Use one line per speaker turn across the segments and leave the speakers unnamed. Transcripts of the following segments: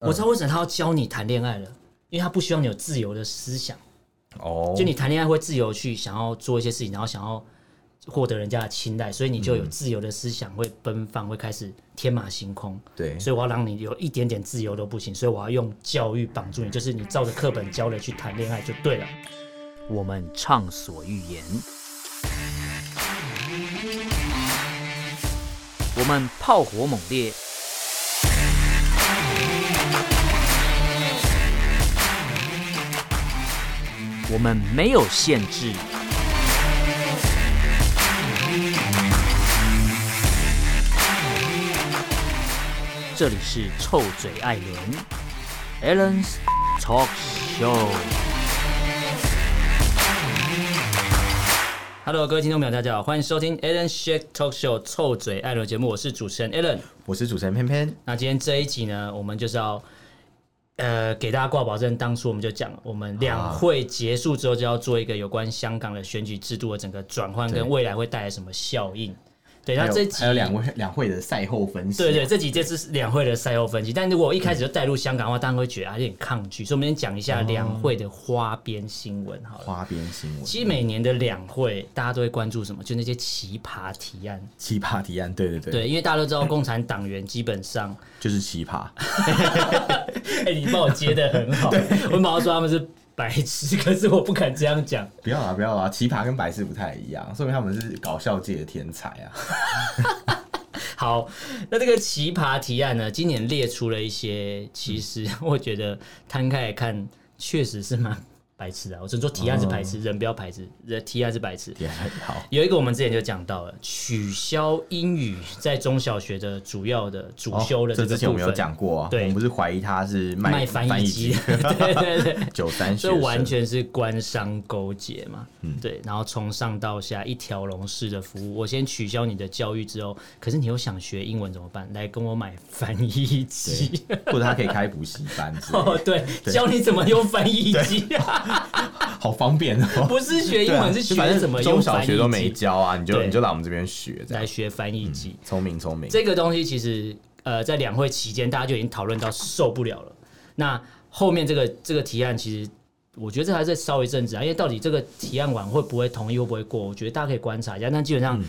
我知道为什么他要教你谈恋爱了，因为他不希望你有自由的思想。
哦，
就你谈恋爱会自由去想要做一些事情，然后想要获得人家的青睐，所以你就有自由的思想，会奔放，会开始天马行空。
对
所以我要让你有一点点自由都不行，所以我要用教育绑住你，就是你照着课本教的去谈恋爱就对了。我们畅所欲言，
我们炮火猛烈，我们没有限制。这里是臭嘴艾伦 a l l e n s Talk Show。
Hello，各位听众朋友，大家好，欢迎收听 Alan Shake Talk Show 臭嘴艾伦节目，我是主持人 Alan。
我是主持人偏偏，
那今天这一集呢，我们就是要呃给大家挂保证，当初我们就讲，我们两会结束之后就要做一个有关香港的选举制度的整个转换，跟
对
未来会带来什么效应。对，
还
那
有
这集
还有两位两会的赛后分析，
对对，这集这是两会的赛后分析。但如果我一开始就带入香港的话，大家会觉得啊有点抗拒，所以我们先讲一下两会的花边新闻好了。
花边新闻，
其实每年的两会，大家都会关注什么？就那些奇葩提案。
奇葩提案，对对对，
对，因为大家都知道共产党员基本上
就是奇葩，
哎、你帮我接的很好，我马上说他们是白痴，可是我不敢这样讲。
不要啦不要啦，奇葩跟白痴不太一样，说明他们是搞笑界的天才啊，
好，那这个奇葩提案呢，今年列出了一些，其实 我觉得摊开来看，确实是蛮白痴的啊。我只能说提案是白痴，
哦
人不要排斥，人提案是白痴。
也还好，
有一个我们之前就讲到了，取消英语在中小学的主要的主修的
哦
个部
这之
分，
前我们有讲过啊，
对
我们不是怀疑他是
卖
卖
翻译机，
机，
对对对。
九三学
所
生
以完全是官商勾结嘛，
嗯
对，然后从上到下一条龙式的服务。我先取消你的教育之后，可是你又想学英文怎么办？来跟我买翻译机。
或者他可以开补习班之类的，
哦，对，教你怎么用翻译机啊，
好方便 哦。
不是学英
对啊
文，是
就反
学
正
怎么用
中小
翻
学都没
译机。
教啊，你就
对
你就来我们这边学，这样嗯
来学翻译机，
聪明聪明。
这个东西其实呃，在两会期间，大家就已经讨论到受不了了。那后面这个这个提案，其实我觉得这还在烧一阵子啊，因为到底这个提案完会不会同意，会不会过，我觉得大家可以观察一下。但基本
嗯
上，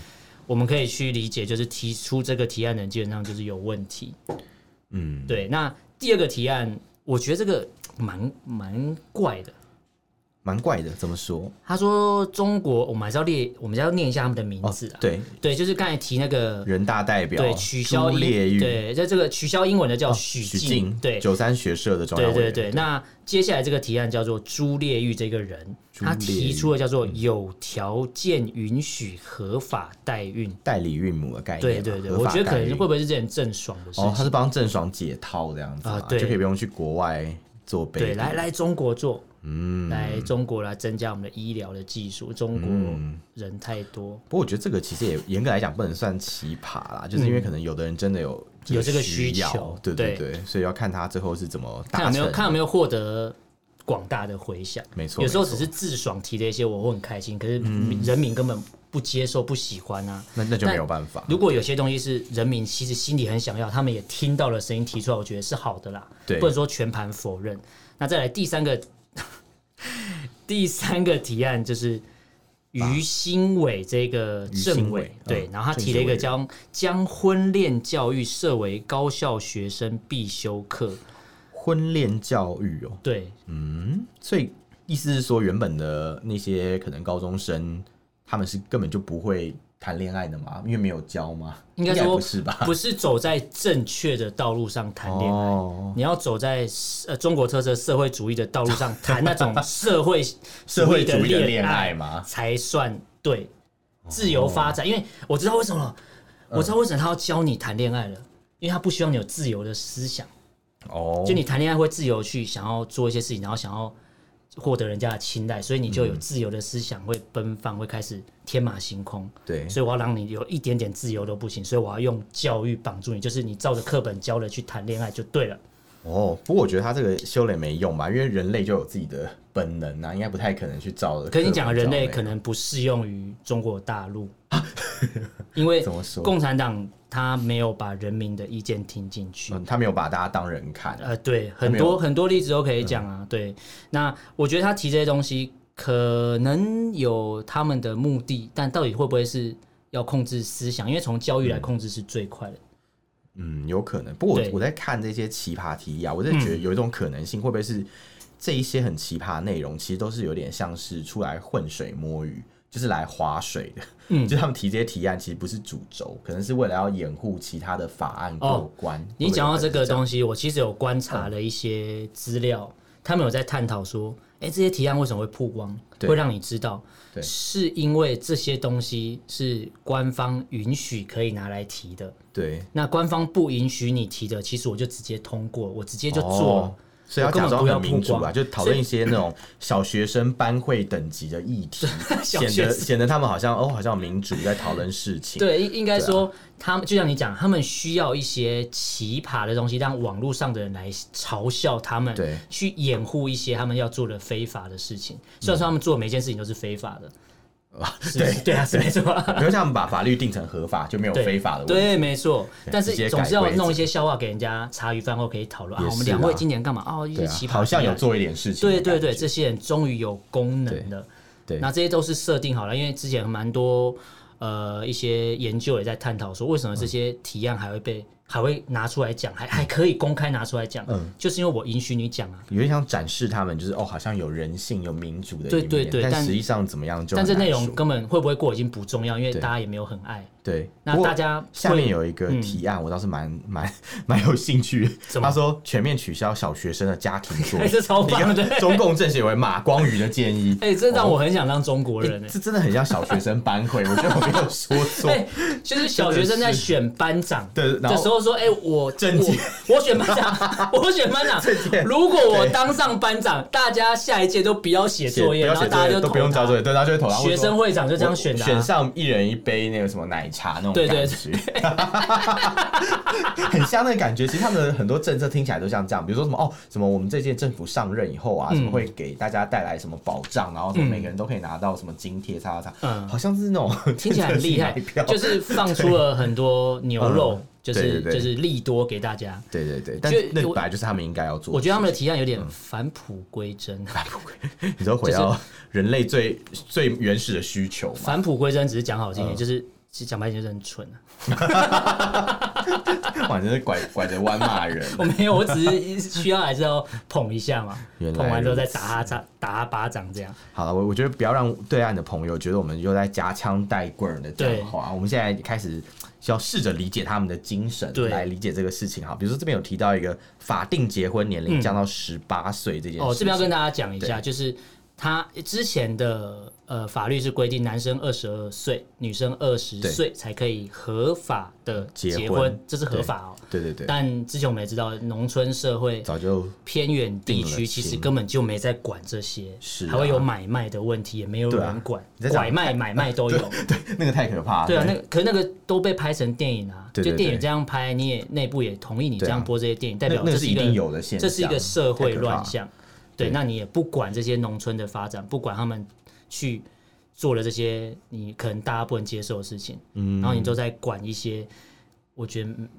我们可以去理解，就是提出这个提案的人基本上就是有问题。
嗯，
对，那第二个提案，我觉得这个蛮蛮怪的。
蛮怪的，怎么说？
他说：“中国，我们还是要列，我们要念一下他们的名
哦
字啊。，
对，
对，就是刚才提那个
人大代表
对取消
朱列
英，
玉，哦
对，在这个取消英文的叫许
许
静
静，，
对，
九三学社的中央
对
委
对
员
对，那接下来这个提案叫做朱列玉这个人，
朱
他
列
提
玉
出了叫做有条件允许合法代孕。
代理孕母的概念
对
嘛，
对对，
嗯合
我
法
觉得可
代
能
孕
会不会是之前郑爽的事
哦，他
情？
是帮郑爽解套这样子
啊
嘛
对
就可以不用去国外做备
对，
孕
来，来中国做，
嗯，
来中国来增加我们的医疗的技术。中
嗯
国人太多，
不过我觉得这个其实也严格来讲不能算奇葩啦，就是因为可能有的人真的有
嗯有这个需
需要
求
对对
对
对，所以要看他最后是怎么
看有
达成
没
的，
有看有没有获得广大的回响。
没错，
有时候
没
只
错嗯
是自爽提了一些，我会很开心，可是人民根本不接受、不喜欢啊。
那那就
但
没有办法，
如果有些东西是人民其实心里很想要，他们也听到了声音提出来，我觉得是好的啦，
对
不能说全盘否认。那再来第三个，第三个提案就是于新伟这个
于
政
新
委，
伟
对，
嗯
然后他提了一个将将婚恋教育设为高校学生必修课，
婚恋教育哦，
对，
嗯，所以意思是说，原本的那些可能高中生，他们是根本就不会谈恋爱的嘛，因为没有教嘛，
应
应
该说
不是吧？
不是走在正确的道路上谈恋爱。
哦，
你要走在呃中国特色社会主义的道路上，谈那种社 会
社会
的
主义的恋
爱
爱嘛，哦
才算对自由发展。因为我知道为什么了，
嗯
我知道为什么他要教你谈恋爱了，因为他不希望你有自由的思想。
哦，
就你谈恋爱会自由去想要做一些事情，然后想要获得人家的青睐，所以你就
嗯
有自由的思想，会奔放，会开始天马行空。
对，
所以我要让你有一点点自由都不行，所以我要用教育绑住你，就是你照着课本教的去谈恋爱就对了。
哦，不过我觉得他这个修炼没用吧，因为人类就有自己的本能啊，应该不太可能去照。
可是你讲的人类可能不适用于中国大陆， 因为
啊 怎么说
共产党他没有把人民的意见听进去。
嗯，他没有把大家当人看，啊
呃，对，很
没有嗯
多很多例子都可以讲啊。对，那我觉得他提这些东西可能有他们的目的，但到底会不会是要控制思想？因为从教育来控制是最快的。
嗯，有可能。不过我
对嗯
我在看这些奇葩提议啊，我在觉得有一种可能性，会不会是这一些很奇葩的内容，其实都是有点像是出来浑水摸鱼，就是来划水的。嗯， 就是他们提这些提案，其实不是主轴，可能是为了要掩护其他的法案过关。
哦你讲到这个
西，
东西，我其实有观察
嗯
了一些资料，他们有在探讨说，哎、这些提案为什么会曝光，
对
会让你知道，
对
是因为这些东西是官方允许可以拿来提的，
对，
那官方不允许你提的，其实我就直接通过，我直接就做了。
哦所以要
我根本
假装
不要
很民
曝
主啊，
光
就讨论一些那种小学生班会等级的议题，
小
显
学
得
生
显得他们好像哦，好像有民主在讨论事情。
对，应应
啊
该说，他们就像你讲，他们需要一些奇葩的东西，让网络上的人来嘲笑他们，
对
去掩护一些他们要做的非法的事情。虽然说他们做的每件事情都是非法的，是
嗯哦对
对啊，是没错啊。
比如像我们把法律定成合法，就没有
对
非法的问题。
对，没错，但
直接
是
改
总是要
规则
弄一些笑话给人家茶余饭后可以讨论啊
也。
我
是
们两
啊
位今年干嘛？哦，一
对
些
啊
奇葩，
好像有。做一点事情的
对
感觉。
对对，这些人终于有功能了。
对
那这些都是设定好了，因为之前蛮多呃一些研究也在探讨说，为什么这些提案还会被、还会拿出来讲，还还可以公开拿出来讲，
嗯
就是因为我允许你讲啊。
有点想展示他们，就是哦，好像有人性、有民主的一
对
面，
对对
但
但
实际上怎么样就
但这
很难
内容
说
根本会不会过已经不重要，因为
对
大家也没有很爱。
对。
那
不过
大家
下面
会嗯
有一个提案，我倒是蛮 蛮蛮有兴趣。
怎么
他说全面取消小学生的家庭作
哎
业，
这超棒的
你看中共政协委马光宇的建议，
哎、这让
哦
我很想当中国
哎
人呢、
这真的很像小学生班会，我觉得我没有说错
哎、。就是小学生在选班长
对然后
的时候说：“哎、我
政绩
我我选班长， 我选班长
件。
如果我当上班长，大家下一届都不要写
写
作业，
不要
然后
写
大
作
家
业
就
都不用
投他
交作业，对，大家就会投他。或者
学
说
生会长就这样
我
选的、
选
啊。
上一人一杯那个什么奶茶那种
对
感
对
觉， 很像那个感觉。其实他们的很多政策听起来都像这样，比如说什么哦，什么我们这届政府上任以后
嗯
啊，什么会给大家带来什么保障，啊然后什么每个人都可以拿到什么津贴，啥啥啥，
嗯
好像是那种
听起来很 厉害
政策性买票，
就是放出了很多牛肉
嗯，
就
对
是
对对
就是利多给大家。
对对对，但
就
那
我
本来就是他们应该要做的事情。
我觉得他们的提案有
嗯
点返璞归真，啊
你都回
就是
到人类最最原始的需求 嘛，
返璞归真只是讲好
嗯
听点，就是其实讲白一点就是很蠢啊。
反正是拐拐着弯骂人。
我没有，我只是需要还是要捧一下嘛，
原来
捧完之后再
如此
打他掌，打他巴掌这样。
好了，我我觉得不要让对岸的朋友觉得我们又在夹枪带棍儿的
对
讲话。我们现在开始要试着理解他们的精神，
对
来理解这个事情。好，比如说这边有提到一个法定结婚年龄降到十八岁这件事情。
嗯哦，这边要跟大家讲一下，就是他之前的呃法律是规定男生二十二岁，女生二十
对
岁才可以合法的
结
结
婚
这是合法哦。
对对对，
但之前我们也知道，农村社会
早就
偏远地
定了
区其实
亲
根本就没在管这些，
是啊
还会有买卖的问题，也没有
对啊
人管
你在，讲
拐卖、买卖都有。
那个太可怕了。
对啊，那个可那个都被拍成电影啊，
对对
就电影
对
这样拍，你也内部也同意你
对啊
这样播这些电影，代
那
表
那
这
是
一
一
个
定有的现象，
这是一个社会
太可怕
乱
了。
象。对，
对
那你也不管这些农村的发展，不管他们去做了这些你可能大家不能接受的事情，
嗯
然后你都在管一些我觉得嗯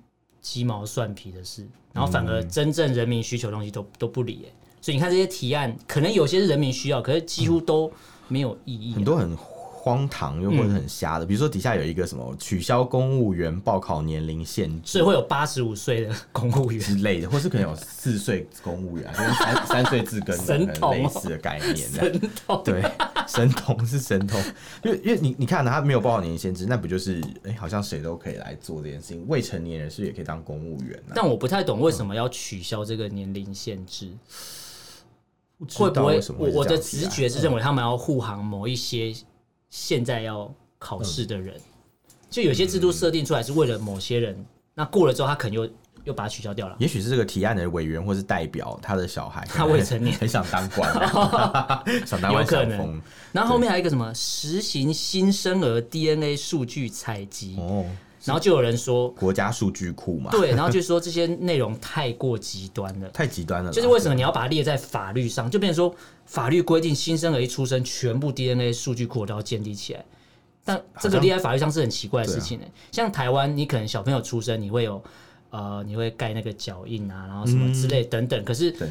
鸡毛蒜皮的
嗯
事，然后反而真正人民需求的东西都都不理、欸。所以你看这些提案，可能有些是人民需要，可是几乎都没有意义啊、
很多很荒唐又或者很瞎的，比如说底下有一个什么取消公务员报考年龄限制
所以。会有八十五岁的公务员。
之类的，或是可能有四岁公务员啊，就是三三岁自耕的
神
可能
童哦
类似的概念 这样。
神童
对，神童是神童，因为因为你你看、啊、他没有报考年龄限制，那不就是哎、好像谁都可以来做这件事情？未成年人是不是也可以当公务员呢、啊？
但我不太懂为什么要取消这个年龄限制，
知
会
道
不会
为什？么
我
会
我
这
的
样提
直
啊
觉是认为他们要护航某一些现在要考试的人，就有些制度设定出来是为了某些人，那过了之后他可能又又把它取消掉了。
也许是这个提案的委员或是代表，他的小孩
他未成年
很想当官啊，想当官
有可
想
能
疯
然后后面还有一个什么实行新生儿 DNA 数据采集，
哦，
然后就有人说，
国家数据库嘛，
对，然后就说这些内容太过极端了。
太极端了啦，
就是为什么你要把它列在法律上？就变成说，法律规定新生儿一出生，全部 DNA 数据库我都要建立起来。但这个列在法律上是很奇怪的事
啊
情呢、欸像台湾，你可能小朋友出生，你会有呃，你会盖那个脚印啊，然后什么之
嗯
类等等。可是
对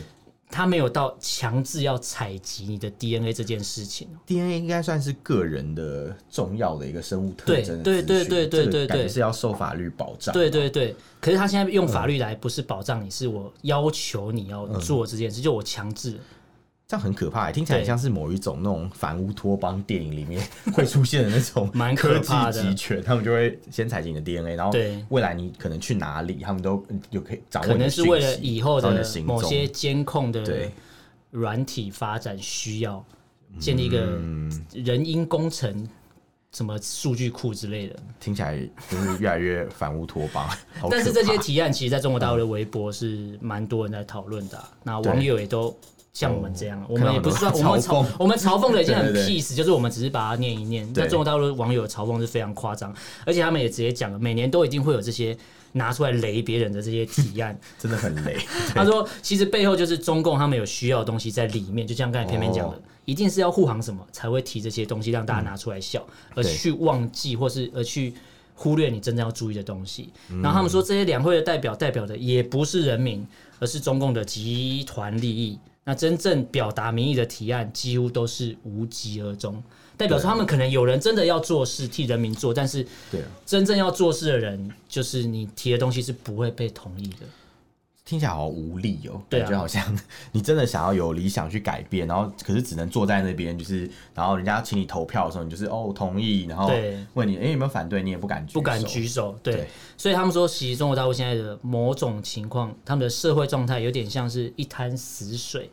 他没有到强制要采集你的 DNA 这件事情。哦
DNA 应该算是个人的重要的一个生物特征的
对对
资讯
对对对
这个
对
感觉
对
是要受法律保障。
对对对，可是他现在用法律
嗯
来，不是保障你，是我要求你要做这件事，就我强制。
这样很可怕欸，听起来很
对
像是某一种那种反乌托邦电影里面 会出现的那种
蛮可
科技
怕的
集权，他们就会先采集你的 DNA，然后
对
未来你可能去哪里，他们都嗯就可以掌握
可
你
能
的
是
讯
为了
息
以后
掌握你
的
行
某
踪
些监控的
对
软体发展需要，
嗯
建立一个人因工程什么数据库之类的。
听起来就是越来越反乌托邦。 好
但是
可
这些
怕
提案其实在中国大陆的微博是蛮多人在讨论的啊、那网友也都。像我们这样，我
哦
们
看到
也
很
不
多
是说我们嘲
嘲讽
我们嘲讽的已经很
对对对
peace，就是我们只是把它念一念。
对
那中国大陆网友的嘲讽是非常夸张，而且他们也直接讲了，每年都一定会有这些拿出来雷别人的这些提案，
真的很 累，
他说，其实背后就是中共他们有需要的东西在里面，就像刚才偏偏讲的，
哦
一定是要护航什么才会提这些东西让大家拿出来笑，而
对
去忘记或是而去忽略你真正要注意的东西。
嗯
然后他们说，这些两会的代表代表的也不是人民，而是中共的集团利益。那真正表达民意的提案，几乎都是无疾而终，代表说他们可能有人真的要做事，替人民做，但是
对啊，
真正要做事的人，就是你提的东西是不会被同意的。
听起来好无力哦，
对啊
感觉好像你真的想要有理想去改变，然后可是只能坐在那边，就是然后人家请你投票的时候，你就是哦同意，然后
对
问你哎、有没有反对，你也不敢举
不敢
手
举手，对，
对
所以他们说，其实中国大陆现在的某种情况，他们的社会状态有点像是一滩死水，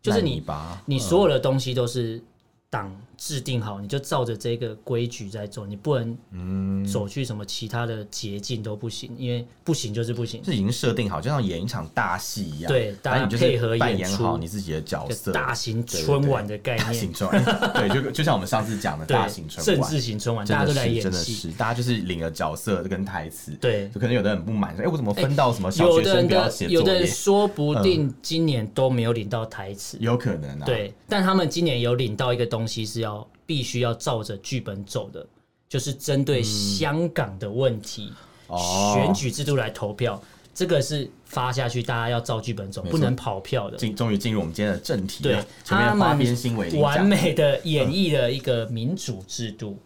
就是
烂
你
泥巴
你所有的东西都是党制定好，你就照着这个规矩在走，你不能走去什么其他的捷径都不行，因为不行就是不行，
是已经设定好，就像演一场大戏一样，
对大家
反正你就是
配合演
扮演好
出
你自己的角
就
色，
大型
对对
春
对
晚的概
大
念
型，春晚， 对，就就像我们上次讲的
对
大型，春
政
晚，
治型春晚，
真
大家
的
都来
是
演
真的
戏，
是，大家就是领了角色跟台词，
对
就可能有的人很不满，说哎、我怎么分到什么小
有
学
的
生
人
不要
的
写
有
作
的人
业，
说不定今年都没有领到台词，
有可能啊，
对，但他们今年有领到一个东西是要必须要照着剧本走的，就是针对香港的问题、
哦
选举制度来投票。这个是发下去，大家要照剧本走，
没
不
错
能跑票的。
进终于进入我们今天的正题
对
了，，前
他
面花
们
边新闻已经讲
完美的演绎了一个民主制度。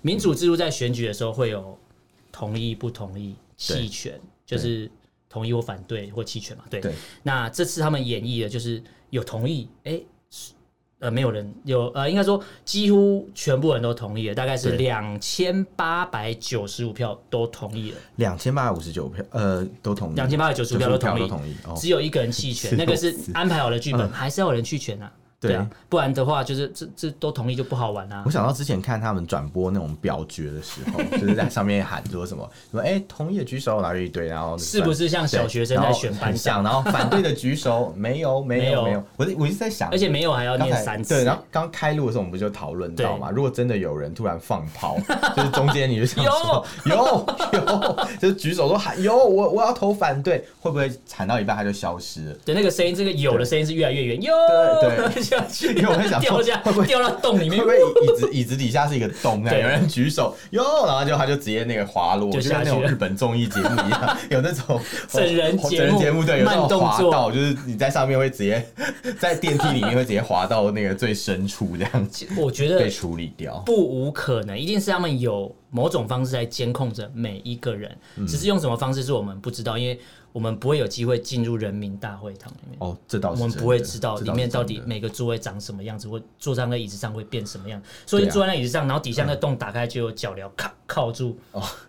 民主制度在选举的时候会有同意、不同意、弃权，就是同意或反对或弃权嘛。对
对，
那这次他们演绎的就是有同意，哎、呃，没有人有，呃，应该说几乎全部人都同意了，大概是
对
两千八百九十五票都同意了，
两千八百五十九票，呃，都同意，
两千八百九十五票
95
都
票
同
都
意，
同意，哦，
只有一个人弃权，
是
那个是安排好的剧本，还是要有人弃权啊？
对
啊，不然的话就是这这都同意就不好玩啊
我。想到之前看他们转播那种表决的时 候，就是在上面喊说什么什么，哎、同意的举手，然后一堆，然后
是不是像小学生在选班上，
上，然后反对的举 手，没有，没
没有
有，没有，我是我一直在想，
而且没有还要
刚
念
才
三次
对，，然后刚开录的时候，我们不就讨论到嘛？如果真的有人突然放炮， 就是中间你就 想说有有， 就是举手说喊有，我我要投反对，会不会喊到一半他就消失了？
对那个声音，这个有的声音是越来越远，哟
对对
下 去，
因为我在想
掉
说
下
会不会
掉到洞哦里
会
面
不，会椅子椅子底下是一个洞啊？
对
有人举手有，然后就他就直接那个滑落，
就
就
下
像
去
那
了
种日本综艺节目一样，有 那种
整人节目
整人节目对，有那
慢动
种
作
滑到，就是你在上面会直接在电梯里面会直接滑到那个最深处，这样子
我觉
被
得
处理掉。
不无可能，一定是他们有某种方式在监控着每一个人，
嗯
只是用什么方式是我们不知道，因为我们不会有机会进入人民大会堂里面。
哦，这倒是
我们
真
不会
的
知道
这
里
倒是
面到
真
底
的
每个座位长什么样子，或坐在那椅子上会变什么样。所以
对啊哦
坐在那椅子上，然后底下那洞打开就有脚镣靠靠住，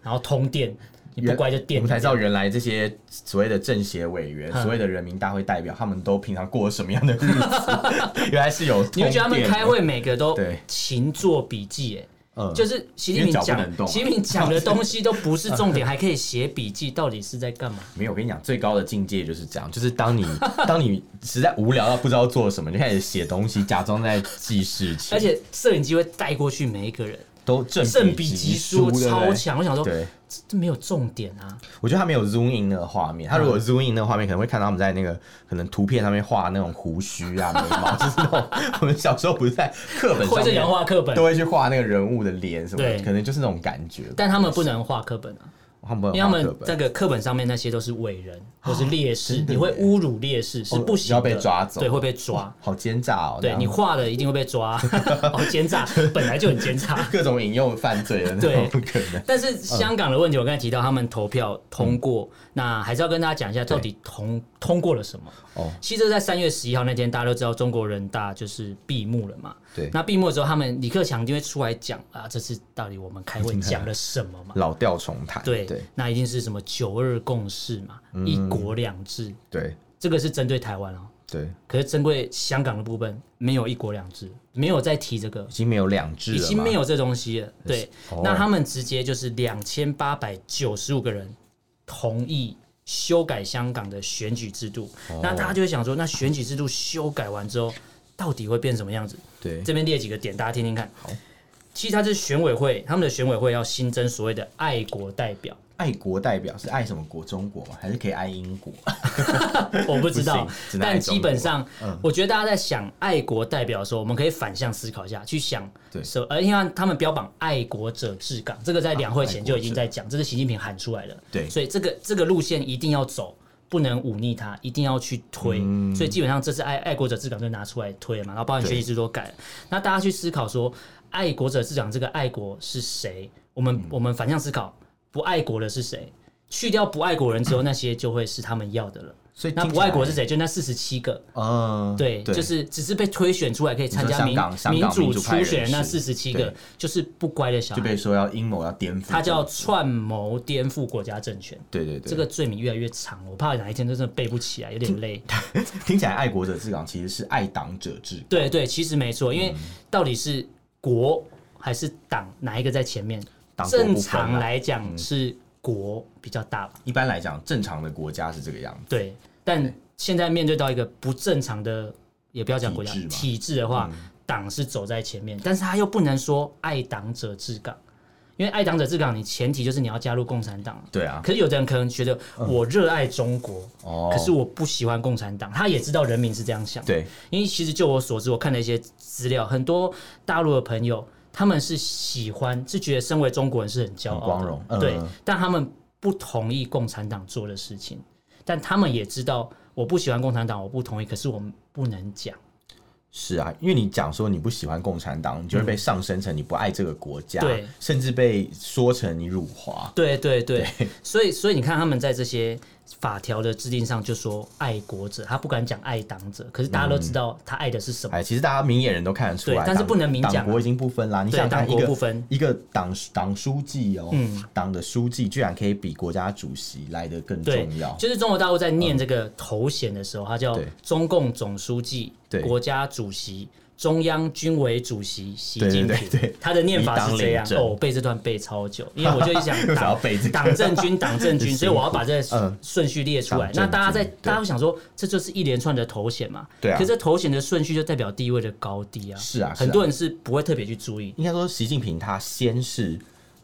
然后通电，你不
原
乖就
我
电你
们。才知道原来这些所谓的政协委员、
嗯
所谓的人民大会代表，他们都平常过什么样的日子？ 原来是有
你会觉得他们
通电的
开会每个都
对
勤做笔记、欸，
嗯
就是习近平
因为脚不能
讲，
动啊
习近平讲的东西都不是重点，还可以写笔记，到底是在干 嘛？
没有，我跟你讲，最高的境界就是这样，就是当 你当你实在无聊到不知道做什么，就开始写东西，假装在记事情。
而且摄影机会带过去每一个人，
都正
正
比
比
级
级输
对不对
超强，我想说
对，
这这没有重点啊，
我觉得他没有 zoom in 那个画面，他
嗯
如果 zoom in 那个画面，可能会看到他们在那个可能图片上面画那种胡须啊、眉 毛，就是那种我们小时候不是在课本
或
上
者
面
洋画课本啊
都，会去画那个人物的脸什么的，
对
可能就是那种感觉。
但他们不能画课本啊，
他们
因为他们那个课本上面那些都是伟人或是烈士
啊真，的
你
耶哦
会侮辱烈士是不行的，
要被抓走
对，会被抓。
好奸诈哦，这
对
样
你画的一定会被抓， 好奸诈，本来就很奸诈。
各种引诱犯罪的那种可能。
但是香港的问题，我刚才提到他们投票通过，那还是要跟大家讲一下，到底通通过了什么。
哦
其实，在三月十一号那天，大家都知道中国人大就是闭幕了嘛。
对
那闭幕的时候，他们李克强就会出来讲啊，这次到底我们开会讲了什么嘛？
老调重弹，
对，
嗯对嗯
那一定是什么九二共识嘛，一国两制，
对
这个是针对台湾哦。
对，
可是针对香港的部分，没有一国两制，没有再提这个
已，经没有两制了
已
吗，
经没有这东西了。对，
哦
那他们直接就是两千八百九十五个人同意修改香港的选举制度。那大家就会想说，那选举制度修改完之后，到底会变什么样子？
对
这边列几个点，大家听听看。其实它是选委会，他们的选委会要新增所谓的爱国代表，
爱国代表是爱什么国？中国吗？还是可以爱英 国？
我不知道
不行只，能爱
但
中嗯
基本上，我觉得大家在想爱国代表的时候，我们可以反向思考一下，去想
对
什呃，因为他们标榜爱国者治港，这个在两会前就已经在讲，这是习近平喊出来的，
对
所以这个这个路线一定要走。不能忤逆他，一定要去推，所以基本上这是爱爱国者治港就拿出来推嘛，然后包含
嗯对
学习制度改了。那大家去思考说，爱国者治港这个爱国是谁？我们、
嗯
我们反向思考，不爱国的是谁？去掉不爱国人之后，那些就会是他们要的了。
所以
那
听起
不爱国
来
是？谁？就那四十七个，
嗯，
对，就是只是被推选出来可以参加
你说香港香
民
港民
主
主
初
派人士
选的那四十七个
对，
就是不乖的小
就被
孩，
说要阴谋要颠覆，
他叫串谋颠覆国家政权。
对对对，
这个罪名越来越长，我怕哪一天真的背不起来，有点累。
听起来爱国者治港其实是爱党者治，
对对，其实没错，因
嗯
为到底是国还是党哪一个在前面？
党国不分
正
啊
常来讲是国比较大吧？
一般来讲，正常的国家是这个样子。
对，但现在面对到一个不正常的，也不要讲国家
体制嘛嗯
体制的话，党是走在前面，但是他又不能说爱党者治港，因为爱党者治港，你前提就是你要加入共产党。
对啊，嗯
可是有的人可能觉得我热爱中国，
哦
可是我不喜欢共产党，他也知道人民是这样想。，
对
因为其实就我所知，我看了一些资料，很多大陆的朋友他们是喜欢，是觉得身为中国人是很骄傲的、
很光荣嗯
对，但他们不同意共产党做的事情，但他们也知道我不喜欢共产党，我不同意，可是我们不能讲。
是啊，因为你讲说你不喜欢共产党，你就会被上升成你不爱这个国家，
对
甚至被说成你辱华。
对对对，所以所以你看他们在这些法条的制定上就说爱国者，他不敢讲爱党者，可是大家都知道他爱的是什么。
哎，其实大家明眼人都看得出来，
对但是
党
不能明讲啊
党国已经不分啦。你
对
想看
党
一
国
个
不分嗯
一个党党书记哦，党的书记居然可以比国家主席来得更
对
重要，，嗯
就是中国大陆在念这个头衔的时候，它叫
对
中共总书记
对、
国家主席、中央军委主席习近
对对对
平
对。
他的念法是这样
以党领。政
哦，我背这段背超久，因为我就 一直
为
想
啥要
党
背这个
党政 军、党政军，所以我要把这
嗯
顺序列出来。
党政军
那大家在
对
大家会想说，这就是一连串的头衔嘛？
对啊
可这头衔的顺序就代表地位的高低啊。
是啊是啊
很多人是不会特别去注意。
应该说，习近平他先是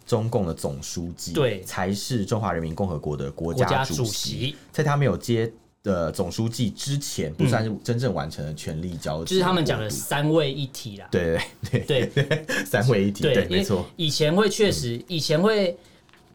中共的总书记，
对
才是中华人民共和国的国
国家
家
主
主
席
席。在他没有接呃总书记之前，不算是真正完成了权力交接，
嗯就是他们讲的。三位一体啦，
对啊对
对，
对， 三位一体，
对，
对，
因为
没错，
以前会确实，以前会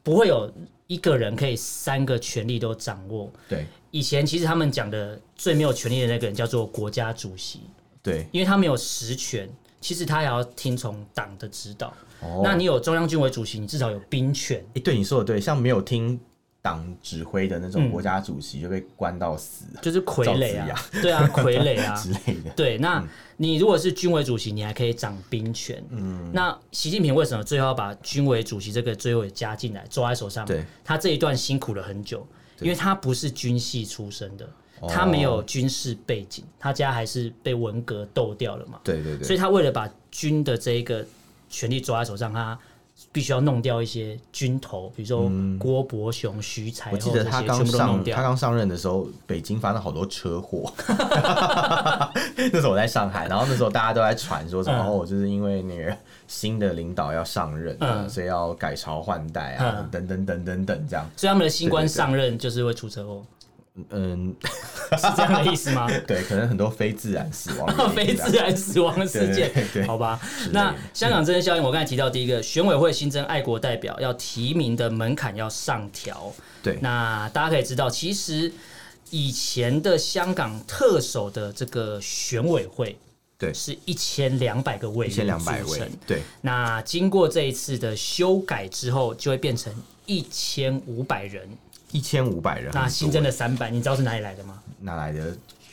不会有一个人可以三个权力都掌握？
对
以前其实他们讲的最没有权力的那个人叫做国家主席，
对。
因为他没有实权，其实他也要听从党的指导。
哦
那你有中央军委主席，你至少有兵权。
诶对你说的对，像没有听党指挥的那
嗯
种国家主席就被关到死
就是傀儡
赵
啊，对啊，傀儡 啊，
之类 的。
对，那你如果是军委主席，你还可以掌兵权。嗯，那习近平为什么最后要把军委主席这个最后也加进来，抓在手上？
对，
他这一段辛苦了很久，因为他不是军系出身的，
哦
他没有军事背景，他家还是被文革斗掉了嘛。
对对
所
对，
以他为了把军的这一个权力抓在手上，他必须要弄掉一些军头，比如说郭伯雄、徐才
嗯我
厚
记
这
得
些，
他
全
刚
部都弄
上他
掉。
刚上任的时候，北京发生好多车祸。 那时候我在上海，然后那时候大家都在传说什么、
嗯
哦，就是因为那个新的领导要上任，
嗯
所以要改朝换代啊，
嗯
等等等等等这样。
所以他们的新官
对对对
上任就是会出车祸，
嗯，
是这样的意思吗？，
对，可能很多非自然死亡 原
非
因啊
自然死亡的事件
对对，对
好吧？
类的
那香港真人效应，我刚才提到第一个，选委会新增爱国代表，要提名的门槛要上调。
对
那大家可以知道，其实以前的香港特首的这个选委会，
对
是一千两百个位，
一千两百位，对，
那经过这一次的修改之后，就会变成一千五百人。
一千五百人，
那
很
新
多
增的三百，你知道是哪里来的吗？
哪来的？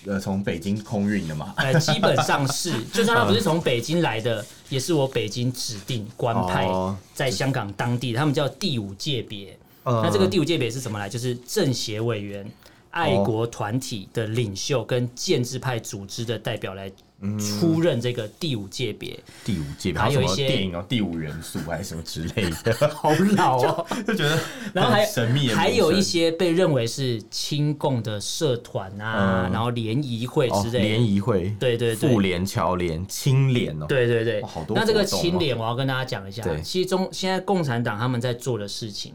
呃，从北京空运的嘛。
呃，基本上是，就算他不是从北京来的，也是我北京指定官派
哦
在香港当地，他们叫第五界别。
呃
那这个第五界别是怎么来？就是政协委员、爱
哦
国团体的领袖跟建制派组织的代表来
嗯
出任这个第五界别，
第五届，
还有
什么
一些
电影哦，第五元素还是什么之类的，
好老哦。
就觉得
然后还
很神秘的名称，
还有一些被认为是亲共的社团啊，
嗯
然后联谊会
哦
之类的。
联谊会，
对对对
妇联、侨联、青联哦，
对对对，
哇好多
那这个
活动哦
清廉，我要跟大家讲一下，
对
其中现在共产党他们在做的事情，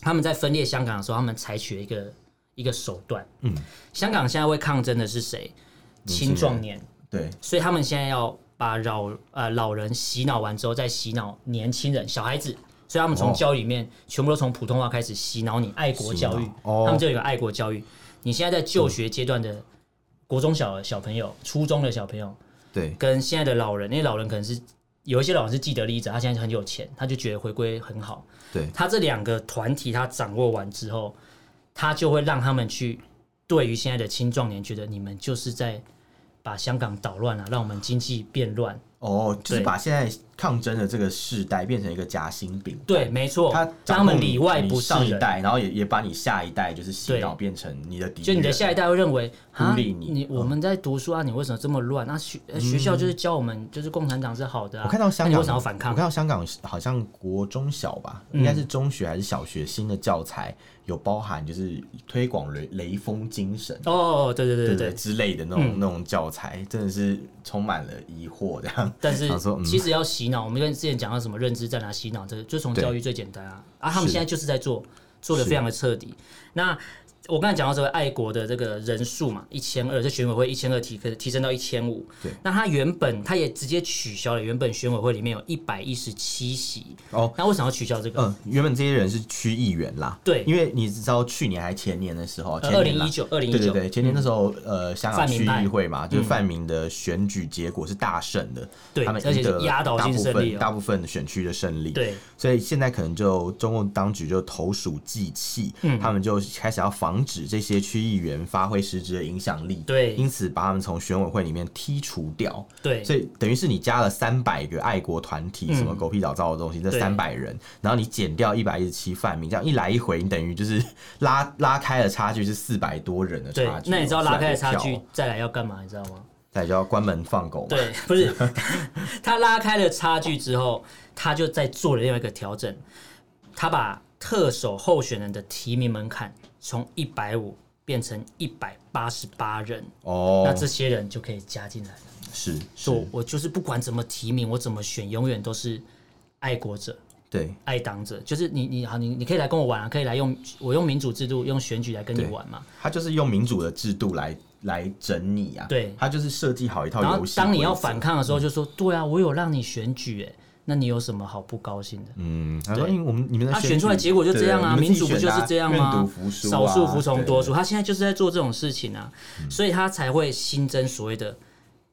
他们在分裂香港的时候，他们采取了一个一个手段。嗯，香港现在会抗争的是谁？青壮年，
对
所以他们现在要把老呃老人洗脑完之后，再洗脑年轻人、小孩子。所以他们从
哦
教育里面、全部都从普通话开始洗脑你爱国教育
洗，脑哦
他们就有一个爱国教育。你现在在就学阶段的国中小的小朋友、初中的小朋友，
对
跟现在的老人，那些老人可能是有一些老人是既得利益者，他现在很有钱，他就觉得回归很好。
对
他这两个团体他掌握完之后，他就会让他们去对于现在的青壮年觉得你们就是在把香港捣乱了、让我们经济变乱。
哦，就是
对
把现在抗争的这个世代变成一个夹心饼。
对，没错，
他
让哦他
掌控
们
你
里外不
你
是
上一
人。
代，然后也也把你下一代就是洗脑
对
变成你的敌人，
就你的下一代会认为啊，
立你
你我们在读书啊，你为什么这么乱？那、学、呃学校就是教我们，就是共产党是好的、啊。
嗯我看到香
那你
港，
为什么要反抗嗯
我？看到香港好像国中小吧，应该是中学还是小学新的教材有包含，就是推广雷雷锋精神。
哦，对对对对嗯对，
之类的那种、那种教材，真的是充满了疑惑。这样，
但是
想说嗯
其实要洗脑，我们跟之前讲到什么认知战啊、洗脑，这个就从
对
教育最简单啊。啊，他们
是
现在就是在做，做的非常的彻底。那我刚才讲到这个爱国的这个人数嘛，一千二，这选委会一千二提可提升到一千五。
对，
那他原本他也直接取消了原本选委会里面有一百一十七席。
哦，
那为什么要取消这个？
嗯，原本这些人是区议员啦，
对呃
因为你知道去年还前年的时候，前
二
年
零
啦
一九，二零一
对对
九，嗯
对，前年那时候，呃，香港
泛民
区
派嗯
议会嘛，就是泛民的选举结果是大胜的，
对
他们
而且
赢得
是压倒
大
性
部
胜利
分
哦
大部分选区的胜利，
对，
所以现在可能就中共当局就投鼠忌器，
嗯
他们就开始要防止这些区议员发挥实质的影响力，
对
因此把他们从选委会里面剔除掉，
对嗯
所以等于是你加了三百个爱国团体，什么狗屁倒灶的东西，这
对
三百人，然后你减掉一百一十七泛民，这样一来一回，你等于就是 拉拉开了差距是四百多人的
对
差距。
那你知道拉开的差
400
距
多票，
再来要干嘛？你知道吗？
那你就要关门放狗嘛。
对，不 是他拉开了差距之后，他就在做了另外一个调整，他把特首候选人的提名门槛从一百五变成一百八十八人，那
哦，
这些人就可以加进来了。
是
所以
是，
我我就是不管怎么提名，我怎么选，永远都是爱国者。
对
爱党者就是你，你好，你你可以来跟我玩啊，可以来用我用民主制度、用选举来跟你
对
玩嘛。
他就是用民主的制度来来整你啊。
对
他就是设计好一套
然后
游戏。
当你要反，抗的时候，
嗯
就说：“对啊，我有让你选举，哎，那你有什么好不高兴的？”
嗯，他说，
对
因为我们你们在
他
选
啊选出来
举
结果就这样啊，
对
民主不就是这样吗？
你们自己选的
少
啊愿赌服输啊、
数服从多数，
对。嗯
他现在就是在做这种事情啊，所以他才会新增所谓的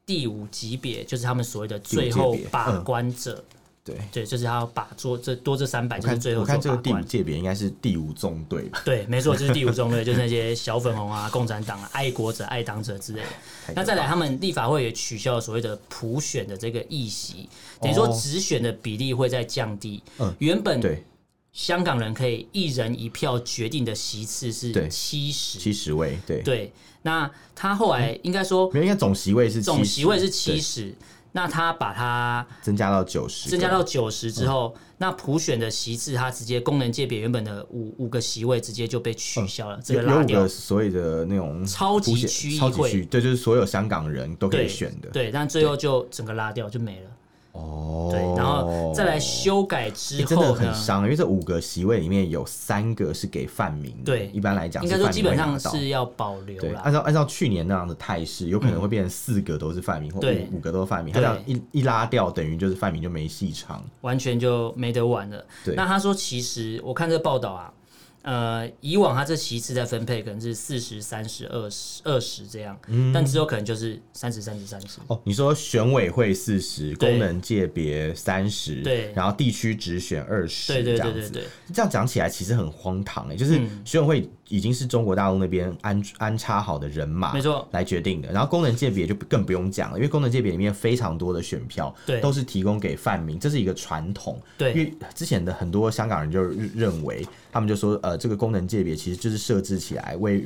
第五级别，就是他们所谓的最后把关者。
对对
对，就是他要把做这多这三百，
我
就是
看
最后
嗯我看这
做
个
把
第五
关。
界别应该是第五纵队吧。
对，没错，就是第五中队，就是那些小粉红啊、共产党啊、爱国者、爱党者之类的。
太可
那再
怕
来，他们立法会也取消了所谓的普选的这个议席，等于说
哦
直选的比例会再降低。
嗯
原本
对
香港人可以一人一票决定的席次是
对
七十
七，十嗯位，对，
对。那他后来应该说
没有，应该总席位是70
总席位是七
对
十，那他把它
增加到九十，
增加到九十之后，
嗯
那普选的席次，它直接功能界别原本的五五个席位直接就被取消了，这
有
个
嗯有
拉
五
掉
个。所谓的那种
超级
普选
区议
超级
会
区，对，就是所有香港人都可以
对，
选的。
对，但最后就整个拉掉就没了。
哦，
对，然后再来修改
欸
之
真的
后
很
呢，
伤，因为这五个席位里面有三个是给泛民的，
对
一般来讲
应
是
该说
泛
基
民
本
会拿
上
到
是要保留
对，按
啦。嗯
照按照去年那样的态势，有可能会变成四个都是泛民，或
对
五五个都是泛民，他
对
这样一一拉掉，等于就是泛民就没戏唱。
完全就没得玩了
对。
那他说，其实我看这个报道啊，呃，以往他这席次在分配可能是四十、三十、二十、二十这样，
嗯
但之后可能就是三十、三十、三十。
哦，你说选委会四十，
对
功能界别三十，
对
然后地区只选二十，
对对
这
对
样
对
子。
对，
这样讲起来其实很荒唐哎、就是
嗯
选委会已经是中国大陆那边安安插好的人马，
没错
来决定的。然后功能界别就更不用讲了，因为功能界别里面非常多的选票，
对
都是提供给泛民，这是一个传统。
对
因为之前的很多香港人就认认为，他们就说，呃，这个功能界别其实就是设置起来为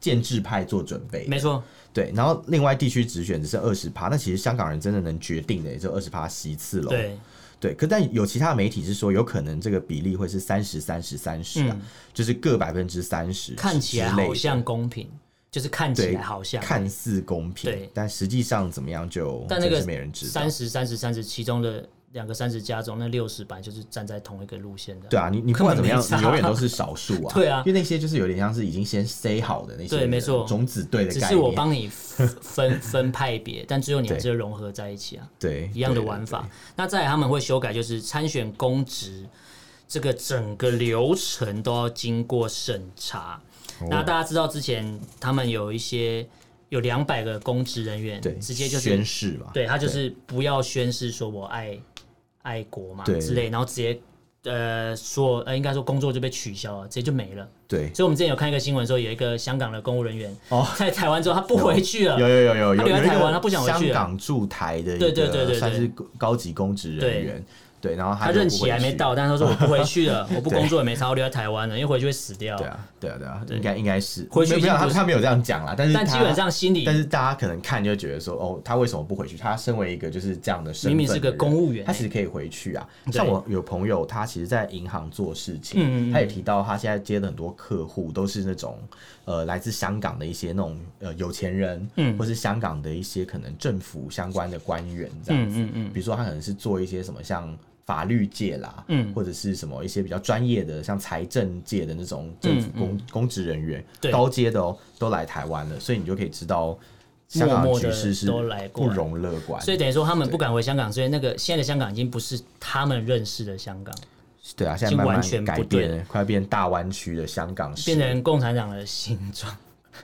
建制派做准备，
没错，
对，然后另外地区直选只剩二十趴，那其实香港人真的能决定的也就二十趴席次喽。
对
对，可但有其他媒体是说，有可能这个比例会是三十、三十、三十啊，就是各百分之三十，
嗯看起来好像公平，就是看起
对，
来好像，
看似公平
对，
但实际上怎么样就
但那
真
个
是没人知道
三。十、三十、三十，其中的两个三十加中，那六十版就是站在同一个路线的。
对啊，你你不管怎么样
根，本没
你
差
永远都是少数 啊。
对啊
因为那些就是有点像是已经先 say 好的那些
对没错
种子队的
只
概
是我
念。
帮你分 分派别，但最后你还
对
是要融合在一起啊，
对，
一样的
对
玩法。那再来他们会修改，就是参选公职这个整个流程都要经过审查。
哦
那大家知道之前他们有一些有两百个公职人员，
对，对
直接就是
宣誓嘛。
对他就是不要宣誓说我爱爱国嘛
对
之类，然后直接呃说呃应该说工作就被取消了，直接就没了。
对，
所以我们之前有看一个新闻说，有一个香港的公务人员
哦
在台湾之后他不回去了，
有有有有有，
他留在
有一
台湾
个
他不想回去
香
了
港驻台的一
对对对对
个
对
算是高级公职
对
人员，对，然后
他
就
任
不
期
回
还没
去
到，但是他说我不回去 了，我不工作也没差，我留在台湾了，因为回去会死掉
对。啊，对啊，对啊，应该应该是
哦回去
没有没有
已经
他
不是
他没有这样讲啦，但是
但基
他
本上心里
但是大家可能看就会觉得说，哦，他为什么不回去？他身为一个就是这样的身份的人，
明明是个公务员
他
欸
其实可以回去啊。像我有朋友，他其实，在银行做事
嗯
情，
嗯嗯
他也提到他现在接的很多客户都是那种呃来自香港的一些那种呃有钱人，
嗯
或是香港的一些可能政府相关的官员这样
嗯
子。
嗯嗯，
比如说，他可能是做一些什么像。法律界啦，
嗯
或者是什么一些比较专业的，像财政界的那种政府公、公职人员，
嗯对
高阶的哦，都来台湾了，所以你就可以知道香
默
港
默
局
地
势是
都来过
不
来
容乐观。
所以等于说他们不敢回香港，所以那个现在的香港已经不是他们认识的香港，
对啊，现
已
在
经
慢
完全
慢
不
改
对
变，快变大湾区的香港式，
变成共产党的形 状，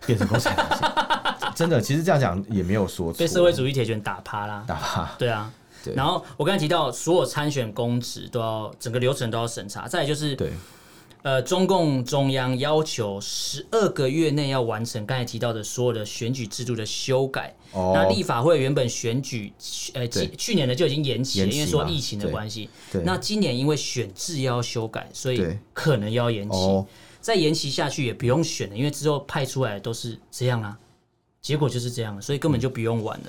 变成共产党式。真的，其实这样讲也没有说错，
被社会主义铁拳打趴啦。
打吧，
对啊。
对
然后我刚才提到，所有参选公职都要整个流程都要审查，再来就是
对
呃，中共中央要求十二个月内要完成刚才提到的所有的选举制度的修改。
哦
那立法会原本选举呃
对
去去年的就已经延期了，
延期
因为说
嘛
疫情的
对
关系。
对
那今年因为选制要修改，所以
对
可能要延期。
哦，
再延期下去也不用选了，因为之后派出来的都是这样啊，结果就是这样了，所以根本就不用玩了。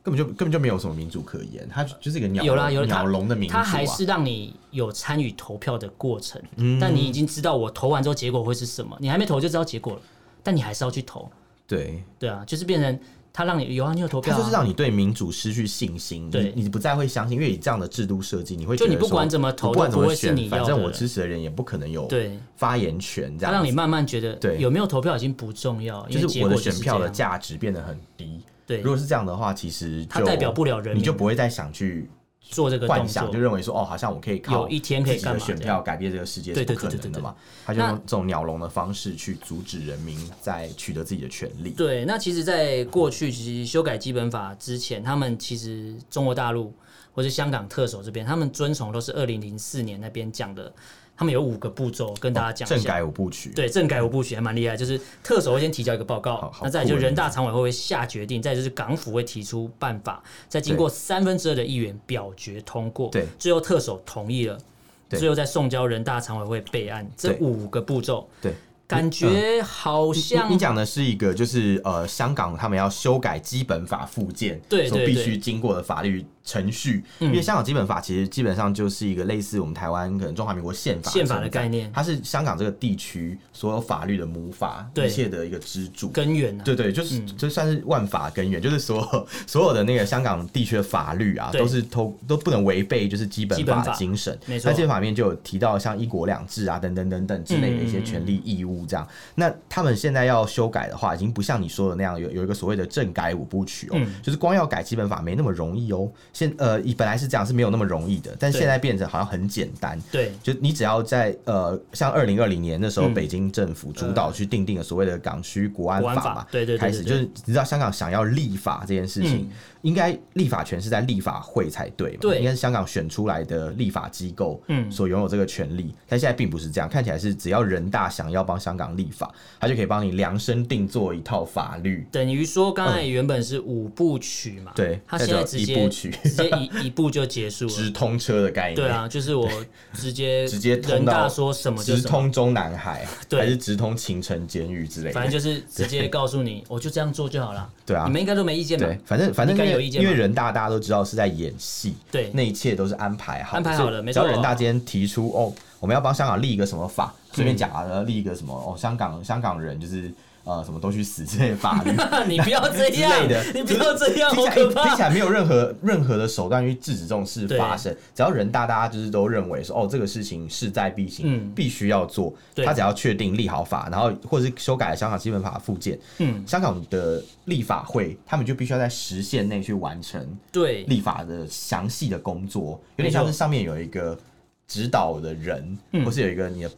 根本就根本就没有什么民主可言，它就是一个鸟
有啦有啦
嗯鸟笼的民主、啊，
它还是让你有参与投票的过程，
嗯
但你已经知道我投完之后结果会是什么，你还没投就知道结果了，但你还是要去投，
对，
对啊，就是变成它让你有啊，你有投票、啊，
它就是让你对民主失去信心，
对
你你不再会相信，因为以这样的制度设计，你会
就
觉得
你不
说
管怎么投
我不管
都
怎
不
么
会是
选，
你
反
要
正
的
我支持的人也不可能有
对
发言权，这
它
样
让你
子
慢慢觉得
对
有没有投票已经不重要，因为
就是
结
我
果
的
就
选
是
票
这
的
样。
价值变得很低。
对
如，果是这样的话，其实
它
就
代表不了人民
你就不会再想去
做这个动
幻想，
作
就，认为说哦，好像我可以靠
有一天可以
自己的
干嘛
选
这
票
样
改变这个世界
对
是不
对
可
对对
能的
对
嘛？他就
那
用这种鸟笼的方式去阻止人民在取得自己的权利。
对，那其实，在过去其实修改基本法之前，他们其实中国大陆或是香港特首这边，他们遵从都是二零零四年那边讲的，他们有五个步骤，跟大家讲一
哦政
下。
改五部曲，
对，政改五部曲还蛮厉害，就是特首会先提交一个报告
好，好
那再来就
酷欸的
人大常委会会下决定，再就是港府会提出办法，再经过三分之二的议员表决通过，
对
最后特首同意了，
对
最后再送交人大常委会备案，这
对
五个步骤，
对，
感觉好像
你讲的是一个，就是呃，香港他们要修改基本法附件，
对
所
对
必
对嗯
须经过的法律程序。因为香港基本法其实基本上就是一个类似我们台湾可能中华民国宪法
宪法的
存在
概念
它是香港这个地区所有法律的母法，
对
一切的一个支柱。
根源啊，
对对，就是、就算是万法根源， 就是所有所有的那个香港地区的法律啊，
对
都是都都不能违背就是基本
基
法
本
的
法
精神。
没错
那基本法里面就有提到像一国两制啊等等等等之类的一些权利义务
嗯
这样。那他们现在要修改的话，已经不像你说的那样有有一个所谓的政改五部曲哦，
嗯
就是光要改基本法没那么容易哦。现呃以本来是这样是没有那么容易的，但
对
现在变成好像很简单。
对
就你只要在呃，像二零二零年那
嗯
时候，北京政府主导去定定了所谓的港区国安
国安
法
法
嘛，
对对对
开始
对
就
对
是你知道香港想要立法这件事情，应该立法权是在立法会才对嘛，
对
应该是香港选出来的立法机构，
嗯
所拥有这个权利，但现在并不是这样，看起来是只要人大想要帮香港立法，他就可以帮你量身定做一套法律，
等于说刚才原本是五部曲嘛，
嗯对
他现在直接
那叫一部曲
直接一一步就结 束了。
直通车的概念，
对，啊，就是我直接
直接
人
通
大
到
说什么就
直
什么，
通中南海，
对
还是直通秦城监狱之类的，
反正就是直接告诉你，我就这样做就好了。
对啊
你们应该都没意见吧？
对，反正反正
你
因
敢有
为
意见
因
吗
为人大大家都知道是在演戏，
对
那一切都是安排好的，
安排好了
所以
没
只要
错
人大今天提出哦，我们要帮香港立一个什么法，
嗯
随便讲啊，然后立一个什么哦，香港香港人就是呃什么都去死之类的法律
你不要这
之
样
类的，，
你不要这样，
听
好
起来
可
听
怕
起。来没有任何任何的手段去制止这种事发生。只要人大，大家就是都认为说，哦，这个事情势在必行，
嗯
必须要做。
对
他只要确定立好法，然后或者是修改香港基本法的附件，
嗯
香港的立法会他们就必须要在时限内去完成
对，
立法的详细的工作，
没
有点
错嗯
像是上面有一个。指导的人，或是有一个你的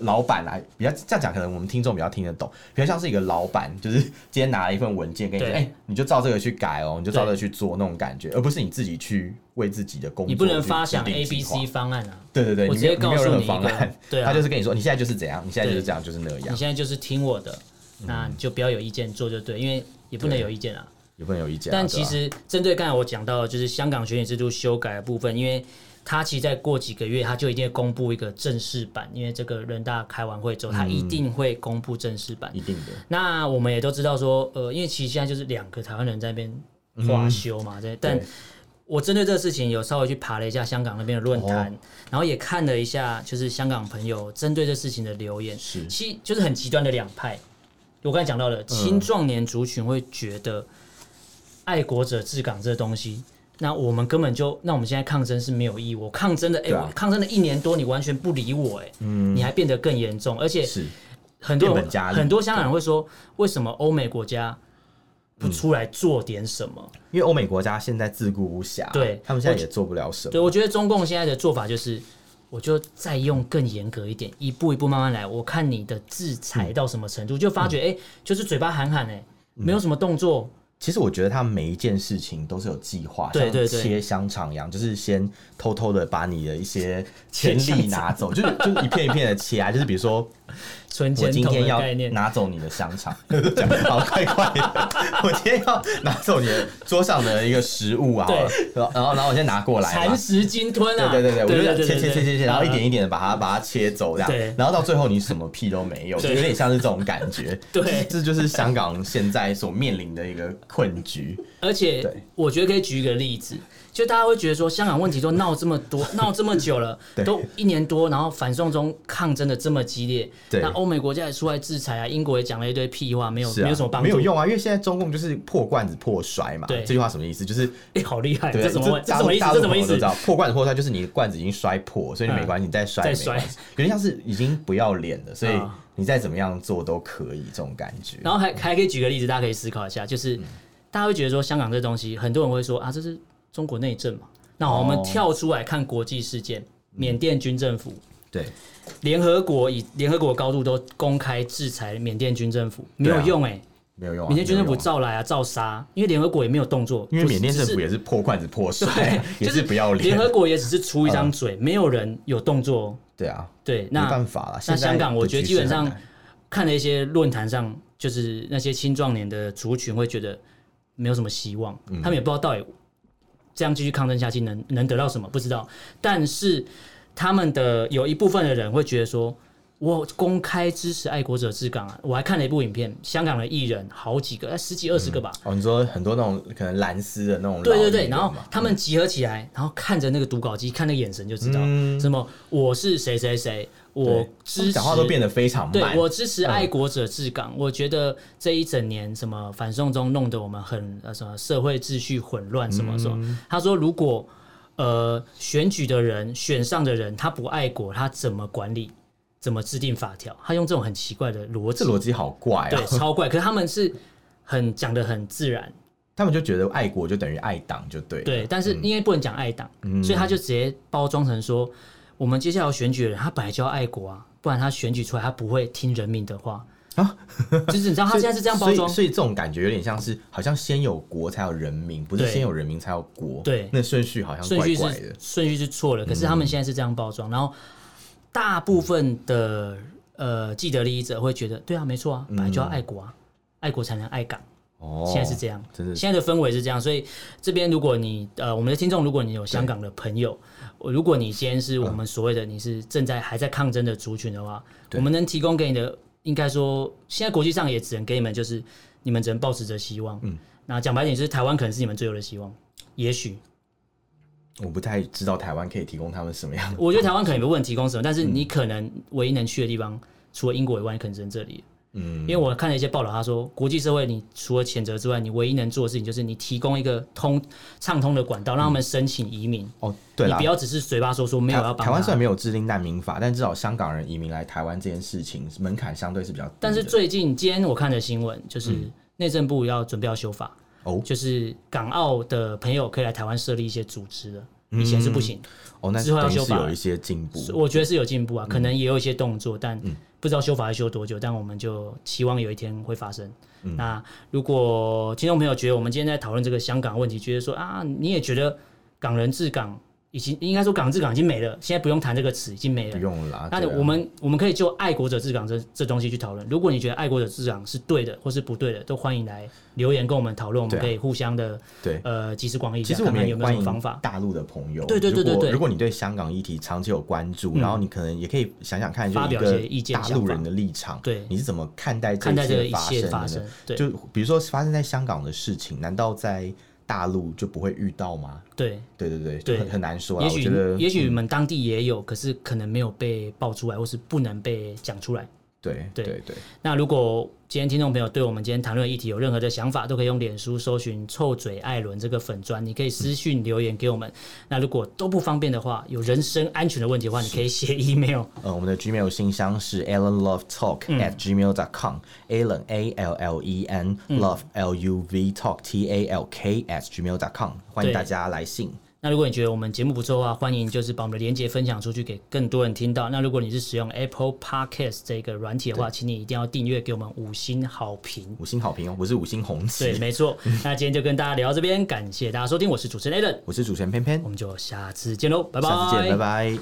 老板来，比较这样讲，可能我们听众比较听得懂，比较像是一个老板，就是今天拿了一份文件跟你说，
对
哎、你就照这个去改哦，你就照这
对
个去做那种感觉，而不是你自己去为自己的工作
你
去制
不
定计划。
能发想 A、B、C 方案啊！
对对对，
我
你
直
没有
接
你
告
没有
诉
任何
你一
方
个
案，，
对啊
他就，是跟你说，你现在就是怎样，你现在就是
对
这样，就是那
你
样，
现在就是听我的，
嗯
那你就不要有意见，做就对，因为也不能有意见啊。
也不能有意见啊、
但
对
其
吧
实针对刚才我讲到，的就是香港选举制度修改的部分，因为它其实再过几个月，它就一定会公布一个正式版，因为这个人大开完会之后，
嗯
它一定会公布正式版。
一定的，
那我们也都知道说，呃，因为其实现在就是两个台湾人在那边花休嘛，在、但
嗯对
我针对这个事情有稍微去爬了一下香港那边的论坛，
哦
然后也看了一下就是香港朋友针对这事情的留言，
是
其就是很极端的两派。我刚才讲到了，青壮年族群会觉得爱国者治港这东西。那我们根本就，那我们现在抗争是没有意义。我抗争的，哎、
对啊嗯
我抗争的一年多，你完全不理我、哎、你还变得更严重，而且
是
很多
变本加
人
厉
很多香港人会说，为什么欧美国家不出来做点什么？
因为欧美国家现在自顾不暇，
对
他们现在也做不了什
对
么。
我觉得中共现在的做法就是，我就再用更严格一点，一步一步慢慢来，我看你的制裁到什么程度，就发
嗯
觉哎、诶就是嘴巴喊喊哎、诶没有什么动作，
其实我觉得他们每一件事情都是有计划，
对对
像
对
切香肠一样，就是先偷偷的把你的一些权
切
利
香肠
拿 走，就是就是一片一片的切啊，就是比如说
存
我
钱
今
筒
天
的
要
概念。
拿走你的香 肠，讲得好快快的，我今天要拿走你的桌上的一个食物啊，然后然后然后我先拿过来嘛
蚕。食鲸吞啊！
对对对对，我就这样
对啊
切切切切切，然后一点一点的把它把它切走，这
对
样，然后到最后你什么屁都没有，就
对
有点像是这种感觉。
对
这就是香港现在所面临的一个困局。
而且
对
我觉得可以举一个例子，就大家会觉得说，香港问题都闹这么 多，闹这么久了，
对
都一年多，然后反送中抗争的这么激烈，
对
那欧美国家也出来制裁啊，英国也讲了一堆屁话，没有、
是啊，
没有什么帮助，
没有，用啊，因为现在中共就是破罐子破摔嘛。
对
这句话什么意思？就是
哎、好厉害，
对，
这什么这
大
什么意
陆
思
大？
这
陆
什么
朋
意
友都
思嗯
知？道，破罐子破摔就是你的罐子已经摔破，所以没关系，你再摔
再
也没
摔
关系。有点像是已经不要脸了，所以
啊
你再怎么样做都可以，这种感觉。
然后还还可以举个例子，大家可以思考一下，就是、
嗯
大家会觉得说香港这东西，很多人会说啊，这是中国内政嘛。那好我们
哦
跳出来看国际事件，缅甸军政府。
对，
联合国以联合国高度都公开制裁缅甸军政府，没
对啊
有用哎、
没有用啊。
缅甸军政
没
府
有用啊
照来啊，照杀，因为联合国也没有动作，
因为
不是
缅甸政府。
只
也
是
是破罐子破摔
对
啊，， 也是不要
联
脸。嗯
合国也只是出一张嘴，没有人有动作哦。
对啊，
对，
没办
那
法了。
那
现在
香港，我
的
觉得
局
基本
势很
上
难
看了一些论坛上，就是那些青壮年的族群会觉得没有什么希望，
嗯
他们也不知道到底这样继续抗争下去能能得到什么，不知道。但是他们的有一部分的人会觉得说，我公开支持爱国者治港啊！我还看了一部影片，香港的艺人好几个，呃十几二十个吧。
哦，你说很多那种可能蓝丝的那种老艺
对
人
对
嘛，
对，然后他们集合起来，然后看着那个读稿机，看那个眼神就知道，什么我是谁谁谁，我
嗯对
支持
讲话都变得非常
对
慢，嗯
我支持爱国者治港，我觉得这一整年什么反送中弄得我们很呃什么社会秩序混乱什么什么。
嗯
他说如果呃选举的人选上的人他不爱国，他怎么管理？怎么制定法条？他用这种很奇怪的逻辑
这，逻辑好怪啊
对，！超怪。可是他们是很讲的很自然，
他们就觉得爱国就等于爱党，就对了嗯
对，但是因为不能讲爱党，所以他就直接包装成说，我们接下来要选举的人，他本来就要爱国啊，不然他选举出来他不会听人民的话啊。就是你知道他现在是这样包
所以
装，
所以这种感觉有点像是好像先有国才有人民，不是
对
先有人民才有国，
对
那顺序好像
顺
怪
序
怪
是
的。嗯
顺序是错了，可是他们现在是这样包装，然后大部分的呃既得利益者会觉得，对啊，没错啊，本来就要爱国啊，爱国才能爱港。
嗯哦
现在是这样，
真的是
现在的氛围是这样，所以这边如果你呃，我们的听众，如果你有香港的朋友，呃如果你今天是我们所谓的你是正在还在抗争的族群的话，我们能提供给你的，应该说现在国际上也只能给你们就是你们只能抱持着希望，嗯，那讲白点就是台湾可能是你们最后的希望，也许
我不太知道台湾可以提供他们什么样的。
我觉得台湾可能也不能提供什么，但
嗯
是你可能唯一能去的地方，除了英国以外，你可能只能这里。嗯，因为我看了一些报道，他说国际社会，你除了谴责之外，你唯一能做的事情就是你提供一个通畅通的管道，让他们申请移民。
哦，对
你
啦
不，要只是嘴巴说说没有要
台
帮
台湾
他
虽然没有制定难民法，但至少香港人移民来台湾这件事情门槛相对是比较低的。
但是最近今天我看的新闻就是内政部要准备要修法，
嗯哦
就是港澳的朋友可以来台湾设立一些组织了，
嗯
以前是不行。
哦，那
之后要
等于
修
是
法
有一些进步。
我觉得是有进步啊，可
嗯
能也有一些动作，但不知道修法要修多久，但我们就期望有一天会发生。
嗯
那如果听众朋友觉得我们今天在讨论这个香港问题，觉得说啊，你也觉得港人治港已经应该说港治港已经没了，现在不用谈这个词，已经没
不
了。
用啦，
那
对啊
我们我们可以就爱国者治港这这东西去讨论。如果你觉得爱国者治港是对的或是不对的，都欢迎来留言跟我们讨论，我们
对啊
可以互相的
对。
呃集思广益一
其
下，
实我
看
们
看
也
有没有
欢
什么方
迎
法。
大陆的朋友，
对对对对
如果
对嗯
如果你对香港议题长期有关注，然后你可能也可以想想看，就
发
一
表一些意
个
见
大
想
陆
法
人的立场，
对
你是怎么看待
看待这
些
一切
发
发
生
生
的呢？，
对
就比如说发生在香港的事情，难道在大陆就不会遇到吗？
对。
对对对，就
对
很很难说啦。
也
我觉
许
得嗯
也许你们当地也有，可是可能没有被爆出来，或是不能被讲出来。
对
对
对对，
那如果今天听众朋友对我们今天谈论的议题有任何的想法，都可以用脸书搜寻“臭嘴艾伦”这个粉砖，你可以私讯留言给我们。那如果都不方便的话，有人身安全的问题的话，你可以写 email。
呃，我们的 Gmail 信箱是 allenlovetalk
嗯
at gmail dot com，allen a l l e n
嗯
love l u v talk t a l k at gmail dot com，欢迎
对
大家来信。
那如果你觉得我们节目不错的话，欢迎就是把我们的连接分享出去给更多人听到。那如果你是使用 Apple Podcast 这个软体的话，请你一定要订阅给我们五星好评。
五星好评哦，不是五星红
对，
旗。
没错。那今天就跟大家聊到这边，感谢大家收听，我是主持人 a l a n
我是主持人偏偏
我，们就下次见喽，拜拜，
下次见，拜拜。